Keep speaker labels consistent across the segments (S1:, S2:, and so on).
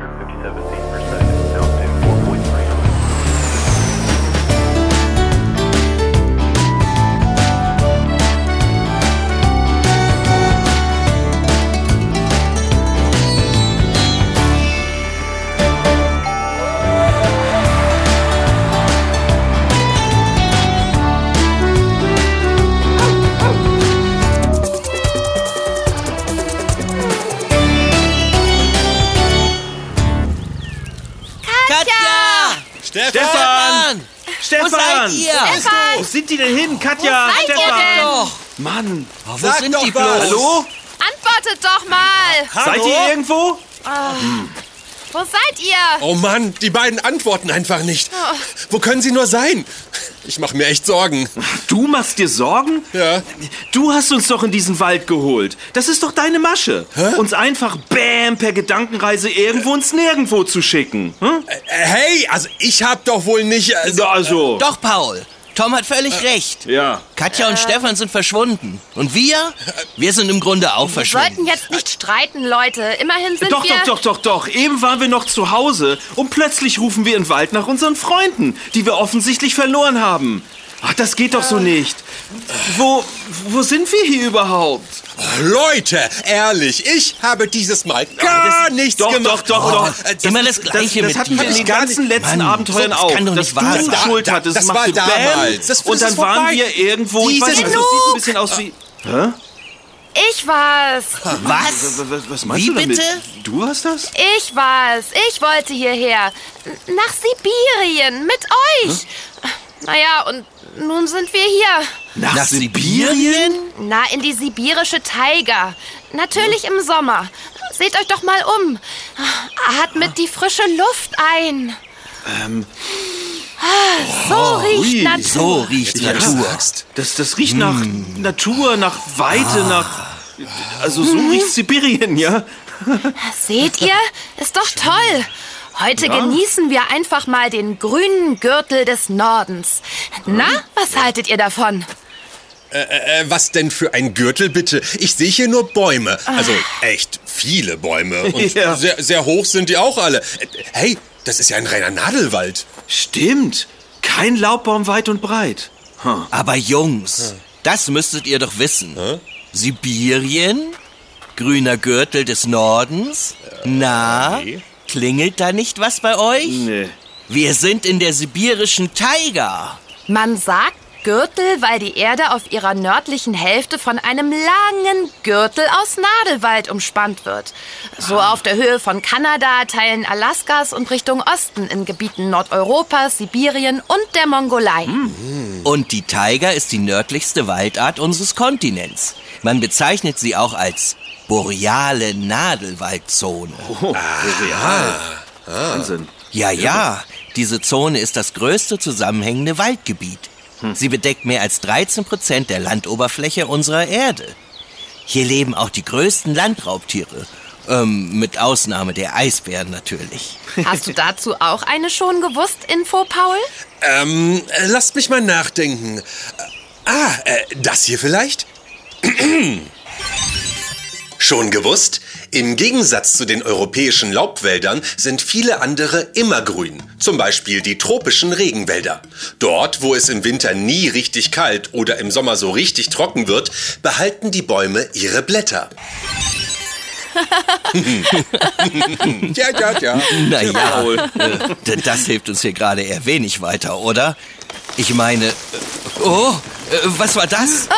S1: 17 percent, altitude 4.3 knots.
S2: Katja!
S3: Stefan!
S2: Wo seid ihr?
S3: Wo sind die denn hin? Katja,
S4: Wo seid ihr
S3: Stefan!
S4: denn?
S2: Doch.
S3: Mann,
S2: Oh, wo
S3: sag
S2: sind
S3: doch
S2: die
S3: was.
S2: bloß?
S3: Hallo?
S4: Antwortet doch mal!
S3: Seid ihr irgendwo?
S4: Wo seid ihr?
S5: Oh Mann, die beiden antworten einfach nicht. Wo können sie nur sein? Ich mache mir echt Sorgen.
S3: Du machst dir Sorgen?
S5: Ja.
S3: Du hast uns doch in diesen Wald geholt. Das ist doch deine Masche. Uns einfach bam per Gedankenreise irgendwo ins Nirgendwo zu schicken. Hm?
S5: Äh, Hey, also ich hab doch wohl nicht. äh, so-
S3: Ja, also.
S2: Doch, Paul. Tom hat völlig recht.
S3: Äh, Ja.
S2: Katja und Stefan sind verschwunden. Und wir? Wir sind im Grunde auch
S4: Wir
S2: verschwunden.
S4: sollten jetzt nicht streiten, Leute. Immerhin sind
S3: Doch,
S4: wir.
S3: doch, doch, doch, doch. Eben waren wir noch zu Hause und plötzlich rufen wir im Wald nach unseren Freunden, die wir offensichtlich verloren haben. Ach, das geht doch so nicht. Wo, wo sind wir hier überhaupt?
S5: Leute, ehrlich, ich habe dieses Mal
S3: Aber
S5: gar
S3: das-
S5: nichts
S3: doch,
S5: gemacht.
S3: doch, doch, doch.
S5: Äh,
S2: Immer das
S3: Das,
S2: Gleiche
S3: das hatten
S2: mit
S3: wir
S2: dir.
S3: in den ganzen letzten
S2: Mann,
S3: Abenteuern
S2: das
S3: auch.
S2: kann doch
S3: dass
S2: nicht wahr
S3: du
S2: sein.
S5: Da-
S3: Schuld
S5: da-
S3: hattest,
S5: das
S3: machst
S5: war
S3: du Bam,
S5: damals. Das-
S3: und
S5: das
S3: dann
S5: ist
S3: waren
S5: vorbei.
S3: wir irgendwo.
S5: Dieses
S3: ich weiß nicht, das
S4: Genug.
S3: sieht ein bisschen aus wie. Hä?
S4: Ich war's.
S2: Was?
S3: Was, was meinst
S2: Wie
S3: du damit?
S2: bitte?
S3: Du hast das?
S4: Ich war's. Ich wollte hierher. N- Nach Sibirien. Mit euch.
S3: Hm?
S4: Naja, und nun sind wir hier.
S3: Nach,
S2: Nach Sibirien?
S4: Na, in die sibirische Taiga. Natürlich im Sommer. Seht euch doch mal um. Atmet die frische Luft ein. Ähm. So riecht
S3: Oh, ui,
S4: Natur.
S2: So riecht Natur.
S3: Das, das riecht nach Natur, nach Weite, nach. Also so riecht Sibirien, ja?
S4: Seht ihr? Ist doch toll. Heute genießen wir einfach mal den grünen Gürtel des Nordens. Na, was haltet ihr davon?
S5: Äh, was denn für ein Gürtel bitte? Ich sehe hier nur Bäume. Also echt viele Bäume. Und
S3: Ah. Ja.
S5: sehr, sehr hoch sind die auch alle. Äh, Hey, das ist ja ein reiner Nadelwald.
S3: Stimmt. Kein Laubbaum weit und breit. Hm.
S2: Aber
S3: Äh.
S2: Jungs, das müsstet ihr doch wissen. Sibirien? Grüner Gürtel des Nordens?
S3: Äh,
S2: Na? Klingelt da nicht was bei euch?
S3: Nee.
S2: Wir sind in der sibirischen Taiga.
S4: Man sagt Gürtel, weil die Erde auf ihrer nördlichen Hälfte von einem langen Gürtel aus Nadelwald umspannt wird. So auf der Höhe von Kanada, Teilen Alaskas und Richtung Osten in Gebieten Nordeuropas, Sibirien und der Mongolei.
S2: Und die Tiger ist die nördlichste Waldart unseres Kontinents. Man bezeichnet sie auch als boreale Nadelwaldzone.
S3: Oh, real. Wahnsinn.
S2: Ja, ja, diese Zone ist das größte zusammenhängende Waldgebiet. Sie bedeckt mehr als 13 Prozent der Landoberfläche unserer Erde. Hier leben auch die größten Landraubtiere. Ähm, mit Ausnahme der Eisbären natürlich.
S4: Hast du dazu auch eine schon gewusst Info, Paul?
S5: Ähm, äh, lasst mich mal nachdenken. Äh, Ah, äh, das hier vielleicht? Schon gewusst? Im Gegensatz zu den europäischen Laubwäldern sind viele andere immergrün. Zum Beispiel die tropischen Regenwälder. Dort, wo es im Winter nie richtig kalt oder im Sommer so richtig trocken wird, behalten die Bäume ihre Blätter. ja, ja, ja.
S2: Naja, das hilft uns hier gerade eher wenig weiter, oder? Ich meine, äh, oh, äh, was war das?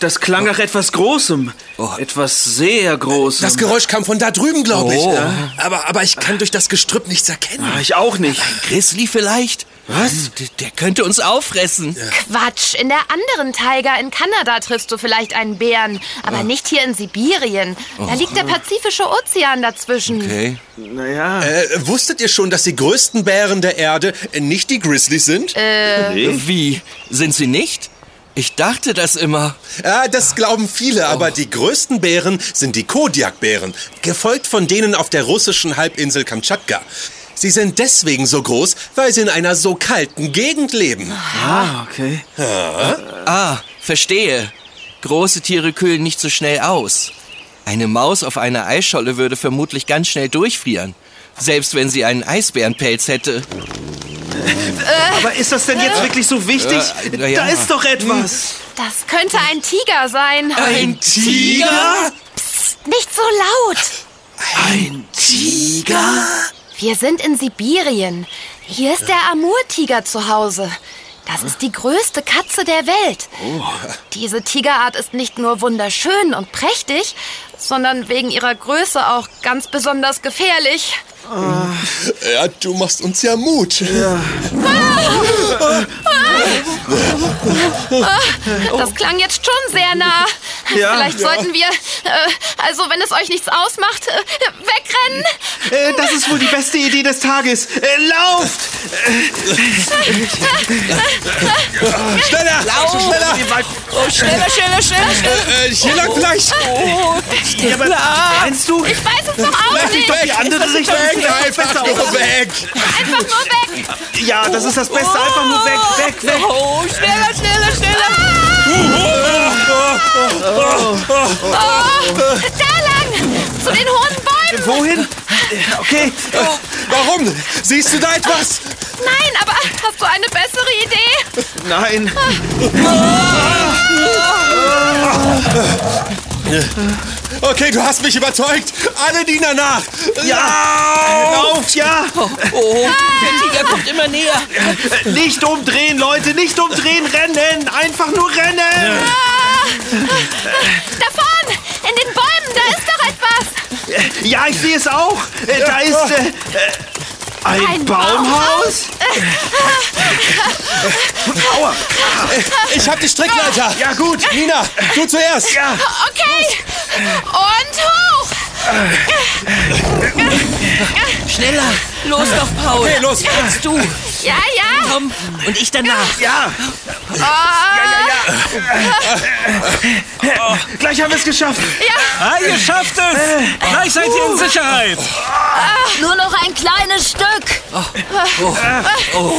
S3: Das klang nach etwas Großem. Etwas sehr Großem.
S5: Das Geräusch kam von da drüben, glaube ich.
S2: Oh.
S5: Aber, aber ich kann durch das Gestrüpp nichts erkennen.
S3: Ah, ich auch nicht.
S2: Grizzly vielleicht? Was? Der, der könnte uns auffressen.
S4: Quatsch, in der anderen Tiger in Kanada triffst du vielleicht einen Bären, aber nicht hier in Sibirien. Da liegt der Pazifische Ozean dazwischen.
S2: Okay.
S3: Naja.
S5: Äh, wusstet ihr schon, dass die größten Bären der Erde nicht die Grizzlies sind?
S3: nee.
S2: Wie? Sind sie nicht? Ich dachte das immer.
S5: Ah, das glauben viele, aber die größten Bären sind die Kodiakbären, gefolgt von denen auf der russischen Halbinsel Kamtschatka. Sie sind deswegen so groß, weil sie in einer so kalten Gegend leben.
S3: Ah, okay.
S2: Ah, verstehe. Große Tiere kühlen nicht so schnell aus. Eine Maus auf einer Eisscholle würde vermutlich ganz schnell durchfrieren. Selbst wenn sie einen Eisbärenpelz hätte.
S3: Aber ist das denn jetzt wirklich so wichtig?
S2: Äh, na ja.
S3: Da ist doch etwas.
S4: Das könnte ein Tiger sein.
S2: Tiger?
S4: Nicht so laut.
S2: Ein Tiger?
S4: Wir sind in Sibirien. Hier ist der Amurtiger zu Hause. Das ist die größte Katze der Welt. Diese Tigerart ist nicht nur wunderschön und prächtig, sondern wegen ihrer Größe auch ganz besonders gefährlich.
S6: Ja, du machst uns ja Mut.
S4: Das klang jetzt schon sehr nah.
S3: Oh. Ja,
S4: Vielleicht
S3: ja.
S4: sollten wir, äh, also wenn es euch nichts ausmacht, äh, wegrennen.
S3: Äh, das ist wohl die beste Idee des Tages. Äh, lauft!
S6: Schneller! Lauf! Schneller!
S4: Schneller, schneller, schneller, schneller.
S6: Äh, hier lang vielleicht!
S3: Ja, aber meinst du?
S4: Ich weiß es doch auch nicht.
S3: Die andere Richtung
S6: Weg!
S3: sieht doch
S6: Einfach
S3: besser
S6: nur
S3: aus.
S6: weg!
S4: Einfach nur weg.
S3: Ja, das ist das
S2: Oh.
S3: Beste. Einfach nur weg, weg, weg.
S4: Oh, schneller, schneller, schneller. Oh, da lang! Zu den hohen Bäumen!
S3: Wohin? Äh, Okay.
S6: Warum? Siehst du da etwas?
S4: Nein, aber hast du eine bessere Idee?
S3: Nein.
S6: Okay, du hast mich überzeugt. Alle Diener nach.
S3: Ja. Lauft, ja.
S2: Oh, der Tiger kommt immer näher.
S3: Nicht umdrehen, Leute. Nicht umdrehen. Rennen. Einfach nur rennen.
S4: Ah. Da vorn! In den Bäumen, da ist doch etwas!
S3: Ja, ich sehe es auch. Äh, Da ist äh, äh, ein,
S4: Ein
S3: Baumhaus. Aua.
S6: Ich hab die Strickleiter.
S3: Ja, gut.
S6: Nina, du zuerst.
S3: Ja.
S4: Okay! Und hoch!
S2: Schneller. Los doch, Paul.
S6: Okay, los.
S2: Jetzt du.
S4: Ja, ja!
S2: Komm. Und ich danach.
S3: Ja.
S4: Oh,
S3: Oh. Gleich haben wir es geschafft.
S7: Ah, ihr schafft es! Gleich seid ihr in Sicherheit!
S4: Äh. Ah, nur noch ein kleines Stück! Ah.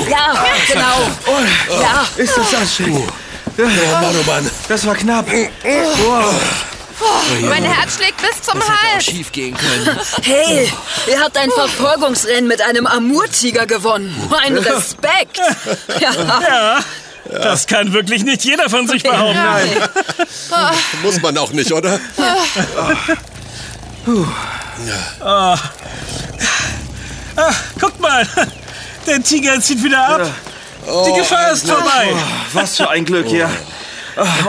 S8: Ja, genau. Ja,
S3: Oh. Ist das anstrengend?
S6: Oh Mann, oh Mann.
S3: Das war knapp.
S4: Oh. Mein Herz schlägt bis zum
S2: Hätte auch
S4: Hals.
S2: halt. schief gehen können.
S8: hey, ihr habt ein Verfolgungsrennen mit einem Amurtiger gewonnen. Mein Respekt. Ja.
S7: Ja, das kann wirklich nicht jeder von sich behaupten.
S6: Muss man auch nicht, oder?
S7: Ah, guckt mal, der Tiger zieht wieder ab. Die Gefahr ist vorbei.
S3: oh. Was für ein Glück, ja.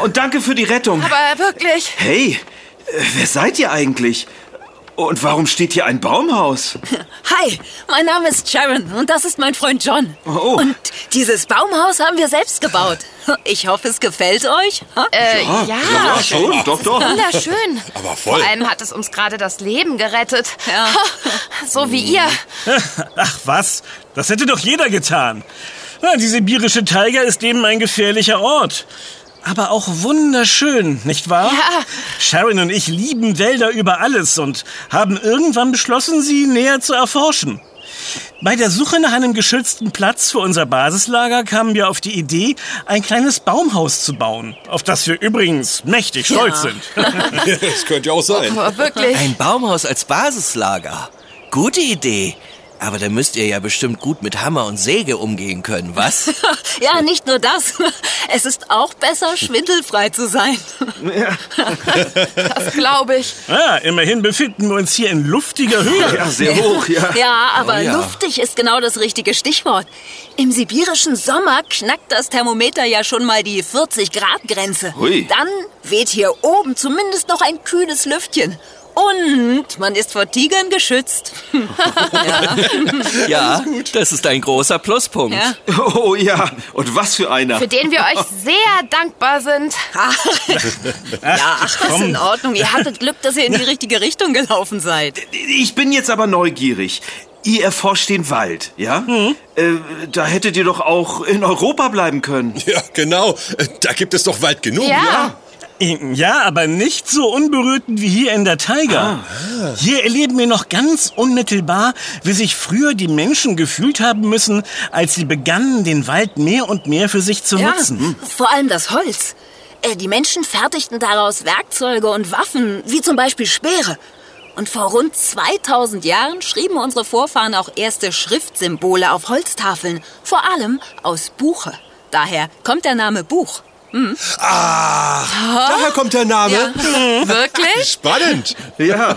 S3: Und danke für die Rettung.
S4: Aber wirklich,
S3: Hey, äh, wer seid ihr eigentlich? Und warum steht hier ein Baumhaus?
S8: Hi, mein Name ist Sharon und das ist mein Freund John.
S3: Oh.
S8: Und dieses Baumhaus haben wir selbst gebaut. Ich hoffe, es gefällt euch.
S4: äh, ja.
S3: Ja, schon, doch, doch.
S4: Wunderschön.
S6: Aber voll.
S4: Vor allem hat es uns gerade das Leben gerettet.
S8: Ja.
S4: So wie ihr.
S7: Ach was, das hätte doch jeder getan. Na, die sibirische Tiger ist eben ein gefährlicher Ort. Aber auch wunderschön, nicht wahr?
S4: Ja.
S7: Sharon und ich lieben Wälder über alles und haben irgendwann beschlossen, sie näher zu erforschen. Bei der Suche nach einem geschützten Platz für unser Basislager kamen wir auf die Idee, ein kleines Baumhaus zu bauen, auf das wir übrigens mächtig stolz
S8: Ja.
S7: sind.
S6: Das könnte ja auch sein.
S8: Oh,
S4: Aber wirklich.
S2: Ein Baumhaus als Basislager. Gute Idee. Aber da müsst ihr ja bestimmt gut mit Hammer und Säge umgehen können, was?
S8: Ja, nicht nur das. Es ist auch besser, schwindelfrei zu sein.
S4: Das glaube ich.
S7: Ah, immerhin befinden wir uns hier in luftiger Höhe.
S3: Ja, sehr hoch, ja.
S8: Ja, aber
S2: ja.
S8: luftig ist genau das richtige Stichwort. Im sibirischen Sommer knackt das Thermometer ja schon mal die 40-Grad-Grenze.
S3: Hui.
S8: Dann weht hier oben zumindest noch ein kühles Lüftchen. Und man ist vor Tigern geschützt.
S2: Ja, das ist ein großer Pluspunkt.
S8: Ja.
S3: Oh ja, und was für einer.
S4: Für den wir euch sehr dankbar sind.
S8: Ja, ach, ist in Ordnung. Ihr hattet Glück, dass ihr in die richtige Richtung gelaufen seid.
S3: Ich bin jetzt aber neugierig. Ihr erforscht den Wald, ja? Äh, da hättet ihr doch auch in Europa bleiben können.
S6: Ja, genau. Da gibt es doch Wald genug.
S4: Ja.
S7: Ja, aber nicht so unberührten wie hier in der Tiger. Hier erleben wir noch ganz unmittelbar, wie sich früher die Menschen gefühlt haben müssen, als sie begannen, den Wald mehr und mehr für sich zu
S8: Ja,
S7: nutzen. Hm.
S8: vor allem das Holz. Äh, Die Menschen fertigten daraus Werkzeuge und Waffen, wie zum Beispiel Speere. Und vor rund 2000 Jahren schrieben unsere Vorfahren auch erste Schriftsymbole auf Holztafeln, vor allem aus Buche. Daher kommt der Name Buch.
S6: Daher kommt der Name.
S4: Wirklich?
S6: Spannend.
S3: Ja.
S8: Ja,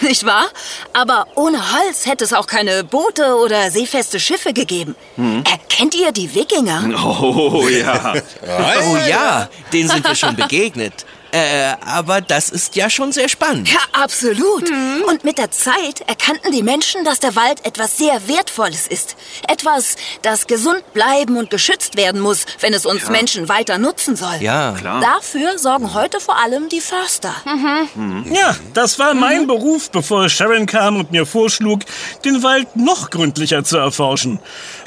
S8: nicht wahr? Aber ohne Holz hätte es auch keine Boote oder seefeste Schiffe gegeben. Äh, kennt ihr die Wikinger?
S3: Oh ja.
S2: Oh ja, den sind wir schon begegnet. Äh, aber das ist ja schon sehr spannend.
S8: Ja, absolut. Und mit der Zeit erkannten die Menschen, dass der Wald etwas sehr Wertvolles ist. Etwas, das gesund bleiben und geschützt werden muss, wenn es uns Menschen weiter nutzen soll.
S2: Ja.
S3: Klar.
S8: Dafür sorgen heute vor allem die Förster.
S7: Ja, das war mein Beruf, bevor Sharon kam und mir vorschlug, den Wald noch gründlicher zu erforschen.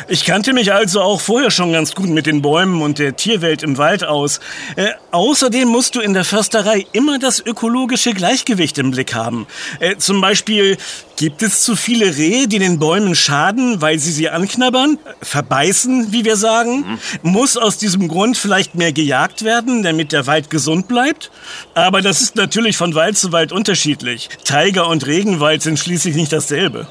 S7: Ich kannte mich also auch vorher schon ganz gut mit den Bäumen und der Tierwelt im Wald aus. Äh, außerdem musst du in der Försterei immer das ökologische Gleichgewicht im Blick haben. Äh, zum Beispiel, gibt es zu viele Rehe, die den Bäumen schaden, weil sie sie anknabbern, verbeißen, wie wir sagen? Muss aus diesem Grund vielleicht mehr gejagt werden, damit der Wald gesund bleibt? Aber das ist natürlich von Wald zu Wald unterschiedlich. Tiger und Regenwald sind schließlich nicht dasselbe.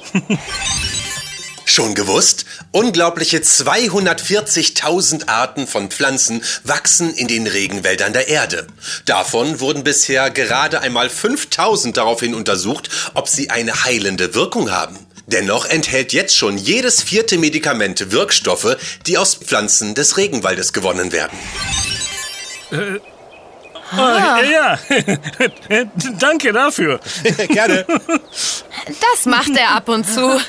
S5: Schon gewusst? Unglaubliche 240.000 Arten von Pflanzen wachsen in den Regenwäldern der Erde. Davon wurden bisher gerade einmal 5.000 daraufhin untersucht, ob sie eine heilende Wirkung haben. Dennoch enthält jetzt schon jedes vierte Medikament Wirkstoffe, die aus Pflanzen des Regenwaldes gewonnen werden.
S7: Äh, ja, danke dafür.
S6: Gerne.
S4: Das macht er ab und zu.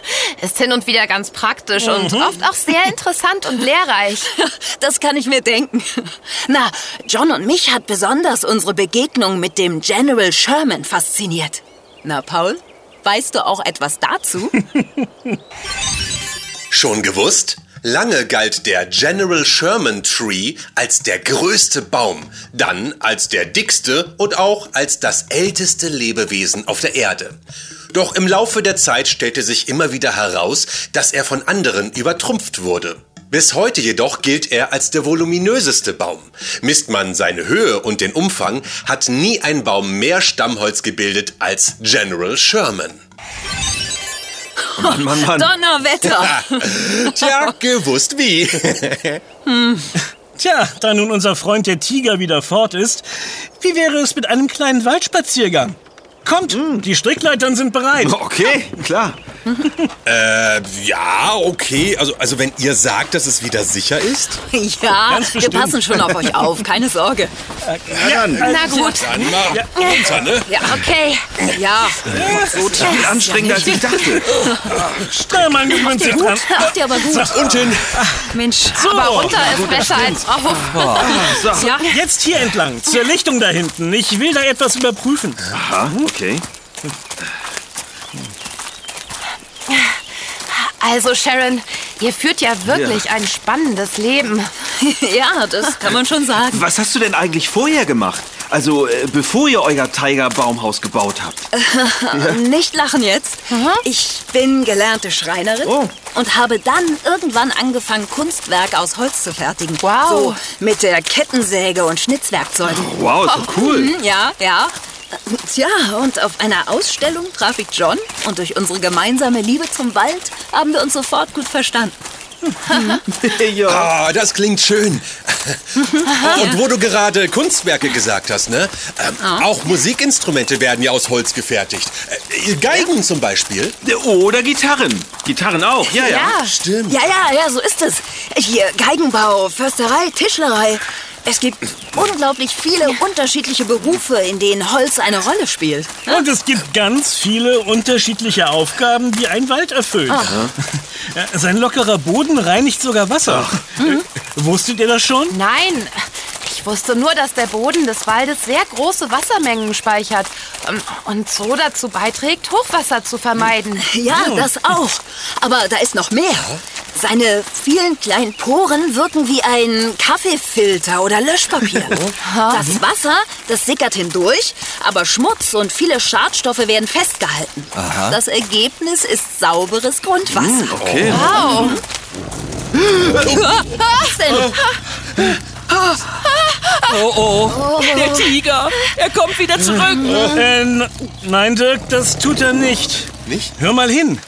S4: Ist hin und wieder ganz praktisch und oft auch sehr interessant und lehrreich.
S8: Das kann ich mir denken. Na, John und mich hat besonders unsere Begegnung mit dem General Sherman fasziniert. Na, Paul, weißt du auch etwas dazu?
S5: Schon gewusst? Lange galt der General Sherman Tree als der größte Baum, dann als der dickste und auch als das älteste Lebewesen auf der Erde. Doch im Laufe der Zeit stellte sich immer wieder heraus, dass er von anderen übertrumpft wurde. Bis heute jedoch gilt er als der voluminöseste Baum. Misst man seine Höhe und den Umfang, hat nie ein Baum mehr Stammholz gebildet als General Sherman.
S3: Mann, Mann, Mann.
S8: Donnerwetter!
S5: Tja, gewusst wie.
S7: Tja, da nun unser Freund der Tiger wieder fort ist, wie wäre es mit einem kleinen Waldspaziergang? Kommt, die Strickleitern sind bereit.
S3: Okay, klar.
S6: Äh, ja, okay. Also, also wenn ihr sagt, dass es wieder sicher ist,
S8: ja,
S7: Ganz
S8: wir
S7: bestimmt.
S8: passen schon auf euch auf, keine Sorge.
S7: Ja,
S4: Na gut.
S6: dann mal runter, ne?
S8: Ja, okay. Ja, gut.
S3: Viel anstrengender als Also ich dachte.
S7: Na, man gewöhnt sich dran.
S8: Habt ihr aber gut.
S6: Unten.
S8: Mensch,
S4: Aber runter ist besser als auf.
S8: ja.
S7: Jetzt hier entlang, zur Lichtung da hinten. Ich will da etwas überprüfen.
S3: Aha, okay.
S4: Also Sharon, ihr führt ja wirklich ein spannendes Leben.
S8: ja, das kann man schon sagen.
S3: Was hast du denn eigentlich vorher gemacht? Also, äh, bevor ihr euer Tiger-Baumhaus gebaut habt.
S8: Äh, Nicht lachen jetzt. Ich bin gelernte Schreinerin
S3: Oh.
S8: und habe dann irgendwann angefangen, Kunstwerke aus Holz zu fertigen.
S4: Wow.
S8: So mit der Kettensäge und Schnitzwerkzeugen.
S3: Wow, ist doch cool.
S8: Hm, Ja, ja. Äh, Tja, und auf einer Ausstellung traf ich John und durch unsere gemeinsame Liebe zum Wald haben wir uns sofort gut verstanden.
S3: ja.
S6: Ah, das klingt schön. Und wo du gerade Kunstwerke gesagt hast, ne? Ähm, Auch Musikinstrumente werden ja aus Holz gefertigt. Äh, Geigen zum Beispiel.
S3: Oder Gitarren. Gitarren auch, ja, ja.
S6: Stimmt.
S8: Ja, ja, ja, so ist es. Hier, Geigenbau, Försterei, Tischlerei. Es gibt unglaublich viele unterschiedliche Berufe, in denen Holz eine Rolle spielt.
S7: Und es gibt ganz viele unterschiedliche Aufgaben, die ein Wald erfüllt. Ja, Äh, Sein lockerer Boden reinigt sogar Wasser. Äh, Wusstet ihr das schon?
S4: Nein, ich wusste nur, dass der Boden des Waldes sehr große Wassermengen speichert ähm, und so dazu beiträgt, Hochwasser zu vermeiden.
S8: Ja, das auch. Aber da ist noch mehr. Seine vielen kleinen Poren wirken wie ein Kaffeefilter oder Löschpapier. Das Wasser, das sickert hindurch, aber Schmutz und viele Schadstoffe werden festgehalten. Das Ergebnis ist sauberes
S4: Hm.
S8: Grundwasser.
S3: Okay.
S4: Wow.
S8: Oh. Was denn?
S9: Oh, oh, der Tiger. Er kommt wieder zurück.
S7: Äh, n- nein, Dirk, das tut er nicht.
S6: Nicht?
S7: Hör mal hin.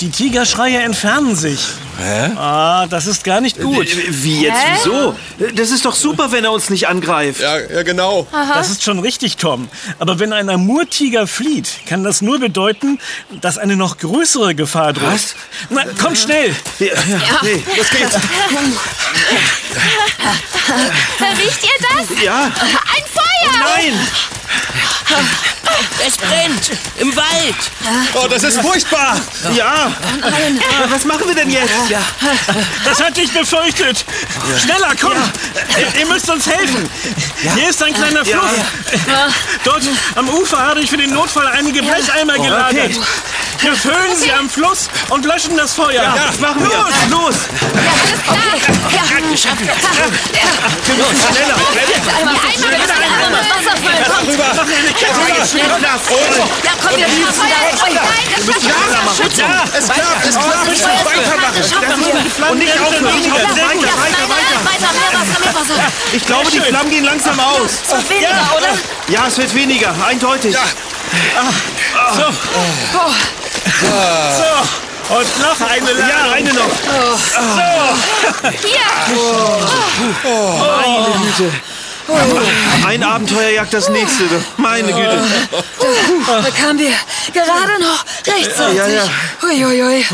S7: Die Tigerschreie entfernen sich. Hä? Ah, das ist gar nicht gut.
S3: Äh, Wie jetzt? Wieso? Äh, Das ist doch super, wenn er uns nicht angreift.
S6: Ja, ja genau.
S7: Das ist schon richtig, Tom. Aber wenn ein Amurtiger flieht, kann das nur bedeuten, dass eine noch größere Gefahr droht.
S3: Was?
S7: Na, komm schnell!
S3: Ja, ja, Nee.
S6: Los geht's.
S4: Riecht ihr das?
S3: ja.
S4: Ein Feuer!
S3: nein!
S9: Es brennt. Im Wald.
S6: Oh, das ist furchtbar.
S3: Ja! Äh, Was machen wir denn jetzt? Ja.
S7: Das hatte ich befürchtet! Schneller, komm! Ihr, ihr müsst uns helfen! Hier ist ein kleiner Fluss. Dort am Ufer habe ich für den Notfall einige
S3: Oh,
S7: Blecheimer gelagert. Wir füllen sie am Fluss und löschen das Feuer.
S3: Ja, was machen wir?
S7: Los!
S3: Los!
S6: Schneller.
S8: Einmal Wasser füllen. Komm,
S6: Rüber.
S8: Ja, komm, wir schaffen das. Ui, Nein, das schafft
S6: Ja, es klappt,
S4: Oh,
S6: es klappt. Wir müssen weitermachen.
S3: Und nicht aufhören! Weiter,
S8: Ja,
S3: weiter,
S8: nein,
S3: weiter,
S8: nein,
S3: weiter!
S8: weiter, mehr Wasser, mehr Wasser.
S3: Ich glaube, die Flammen gehen langsam aus.
S8: Zu weniger, oder?
S3: Ja, es wird weniger, eindeutig.
S6: Ja.
S7: So, und noch eine Ladung.
S3: Ja, eine noch.
S4: Hier!
S3: Ein Abenteuer jagt das nächste. Meine Güte.
S8: Da kamen wir gerade noch rechtzeitig.
S3: Ja, ja.
S8: Uiuiui.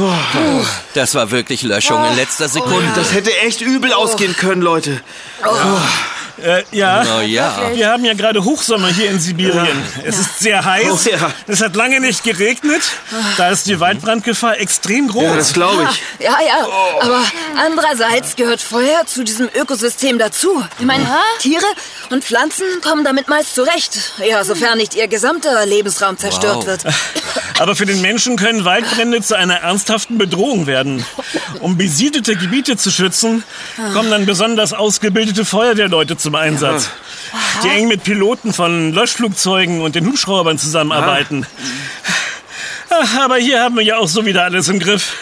S2: Das war wirklich Löschung in letzter Sekunde.
S3: Das hätte echt übel ausgehen können, Leute.
S7: Äh, ja.
S2: Oh ja.
S7: Wir haben ja gerade Hochsommer hier in Sibirien. Es ist sehr heiß.
S3: Oh, ja.
S7: Es hat lange nicht geregnet. Da ist die Waldbrandgefahr extrem groß.
S3: Ja, das glaube ich.
S8: Ja, ja,
S3: Oh.
S8: aber andererseits gehört Feuer zu diesem Ökosystem dazu. Ich meine, Tiere und Pflanzen kommen damit meist zurecht. Ja, sofern nicht ihr gesamter Lebensraum zerstört
S2: Wow.
S8: wird.
S7: Aber für den Menschen können Waldbrände zu einer ernsthaften Bedrohung werden. Um besiedelte Gebiete zu schützen, kommen dann besonders ausgebildete Feuerwehrleute zum Einsatz, die eng mit Piloten von Löschflugzeugen und den Hubschraubern zusammenarbeiten. Ach, aber hier haben wir ja auch so wieder alles im Griff.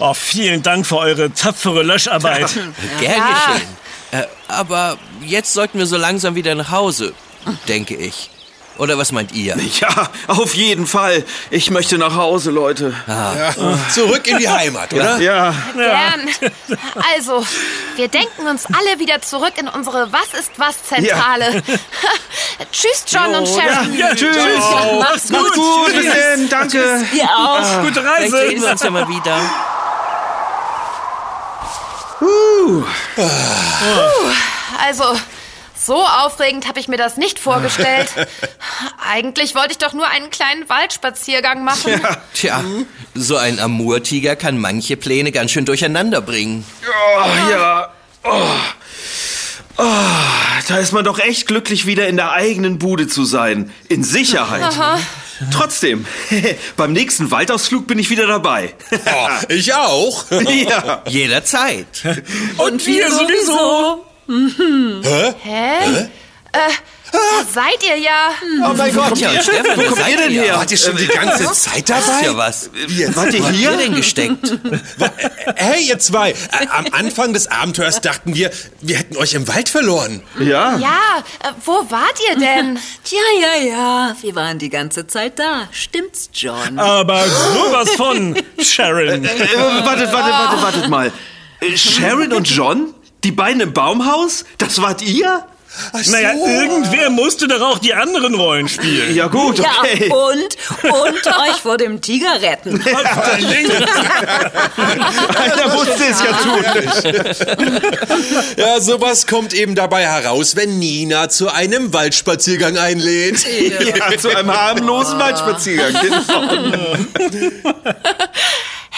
S7: Oh, vielen Dank für eure tapfere Löscharbeit.
S2: Gern geschehen. Äh, aber jetzt sollten wir so langsam wieder nach Hause, denke ich. Oder was meint ihr?
S3: Ja, auf jeden Fall. Ich möchte nach Hause, Leute.
S6: Ja. Zurück in die Heimat, oder?
S3: Ja.
S4: Gern. Also, wir denken uns alle wieder zurück in unsere Was ist was Zentrale. Tschüss, John und Sharon.
S7: Ja, tschüss.
S3: Ciao.
S7: Macht's
S3: Macht's gut, bis
S7: Tschüss.
S3: denn. Danke.
S8: Ja, auch.
S7: Gute
S2: Vielleicht sehen wir uns ja
S7: Reise.
S2: mal wieder.
S4: Also, so aufregend habe ich mir das nicht vorgestellt. Eigentlich wollte ich doch nur einen kleinen Waldspaziergang machen.
S2: Tja, so ein Amurtiger kann manche Pläne ganz schön durcheinander bringen.
S3: Oh, ja. Oh. Oh, da ist man doch echt glücklich, wieder in der eigenen Bude zu sein. In Sicherheit. Trotzdem, beim nächsten Waldausflug bin ich wieder dabei.
S6: Oh, ich auch.
S3: ja.
S2: Jederzeit.
S7: Und wir sowieso.
S4: Hä? Äh, da seid ihr ja.
S6: Oh mein Gott.
S2: Tja, und Stefan,
S3: Wo kommt
S2: seid
S3: ihr denn
S2: ja?
S3: her?
S6: Wart ihr schon die ganze Zeit
S2: Ist
S6: dabei?
S2: ja was.
S3: Wart ihr
S2: Hier
S3: hier?
S2: denn gesteckt?
S6: Hey, ihr zwei. Ä- Am Anfang des Abenteuers dachten wir, wir hätten euch im Wald verloren.
S3: Ja.
S4: Ja, äh, wo wart ihr denn?
S8: Tja, ja, ja. Wir waren die ganze Zeit da. Stimmt's,
S3: Ah,
S8: John?
S7: Aber sowas von, Sharon.
S3: Äh, wartet, wartet, wartet, wartet mal. Äh, Sharon und John? Die beiden im Baumhaus? Das wart ihr?
S6: Ach so.
S7: Naja, irgendwer musste doch auch die anderen Rollen spielen.
S3: Ja oh, gut,
S8: Ja,
S3: okay.
S8: und, und euch vor dem Tiger retten.
S7: Auf der Linken.
S3: Einer wusste es ja tun.
S6: Ja, sowas kommt eben dabei heraus, wenn Nina zu einem Waldspaziergang einlädt. Ah.
S3: Ja, zu einem harmlosen Waldspaziergang. Genau.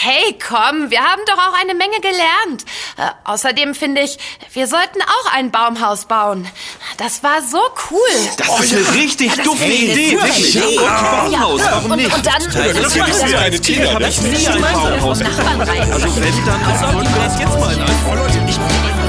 S4: Hey, komm, wir haben doch auch eine Menge gelernt. Äh, außerdem finde ich, wir sollten auch ein Baumhaus bauen. Das war so cool.
S3: Das ist eine richtig dufte Idee. Wirklich. Ja, und Baumhaus, warum
S8: Und,
S3: nicht?
S8: und dann...
S6: Das
S8: dann-
S6: ist ja eine Tiger, ne?
S3: nie ein Baumhaus.
S8: Nachbarn rein.
S3: Also wenn, dann...
S8: Oh, Leute, ich-
S3: Also,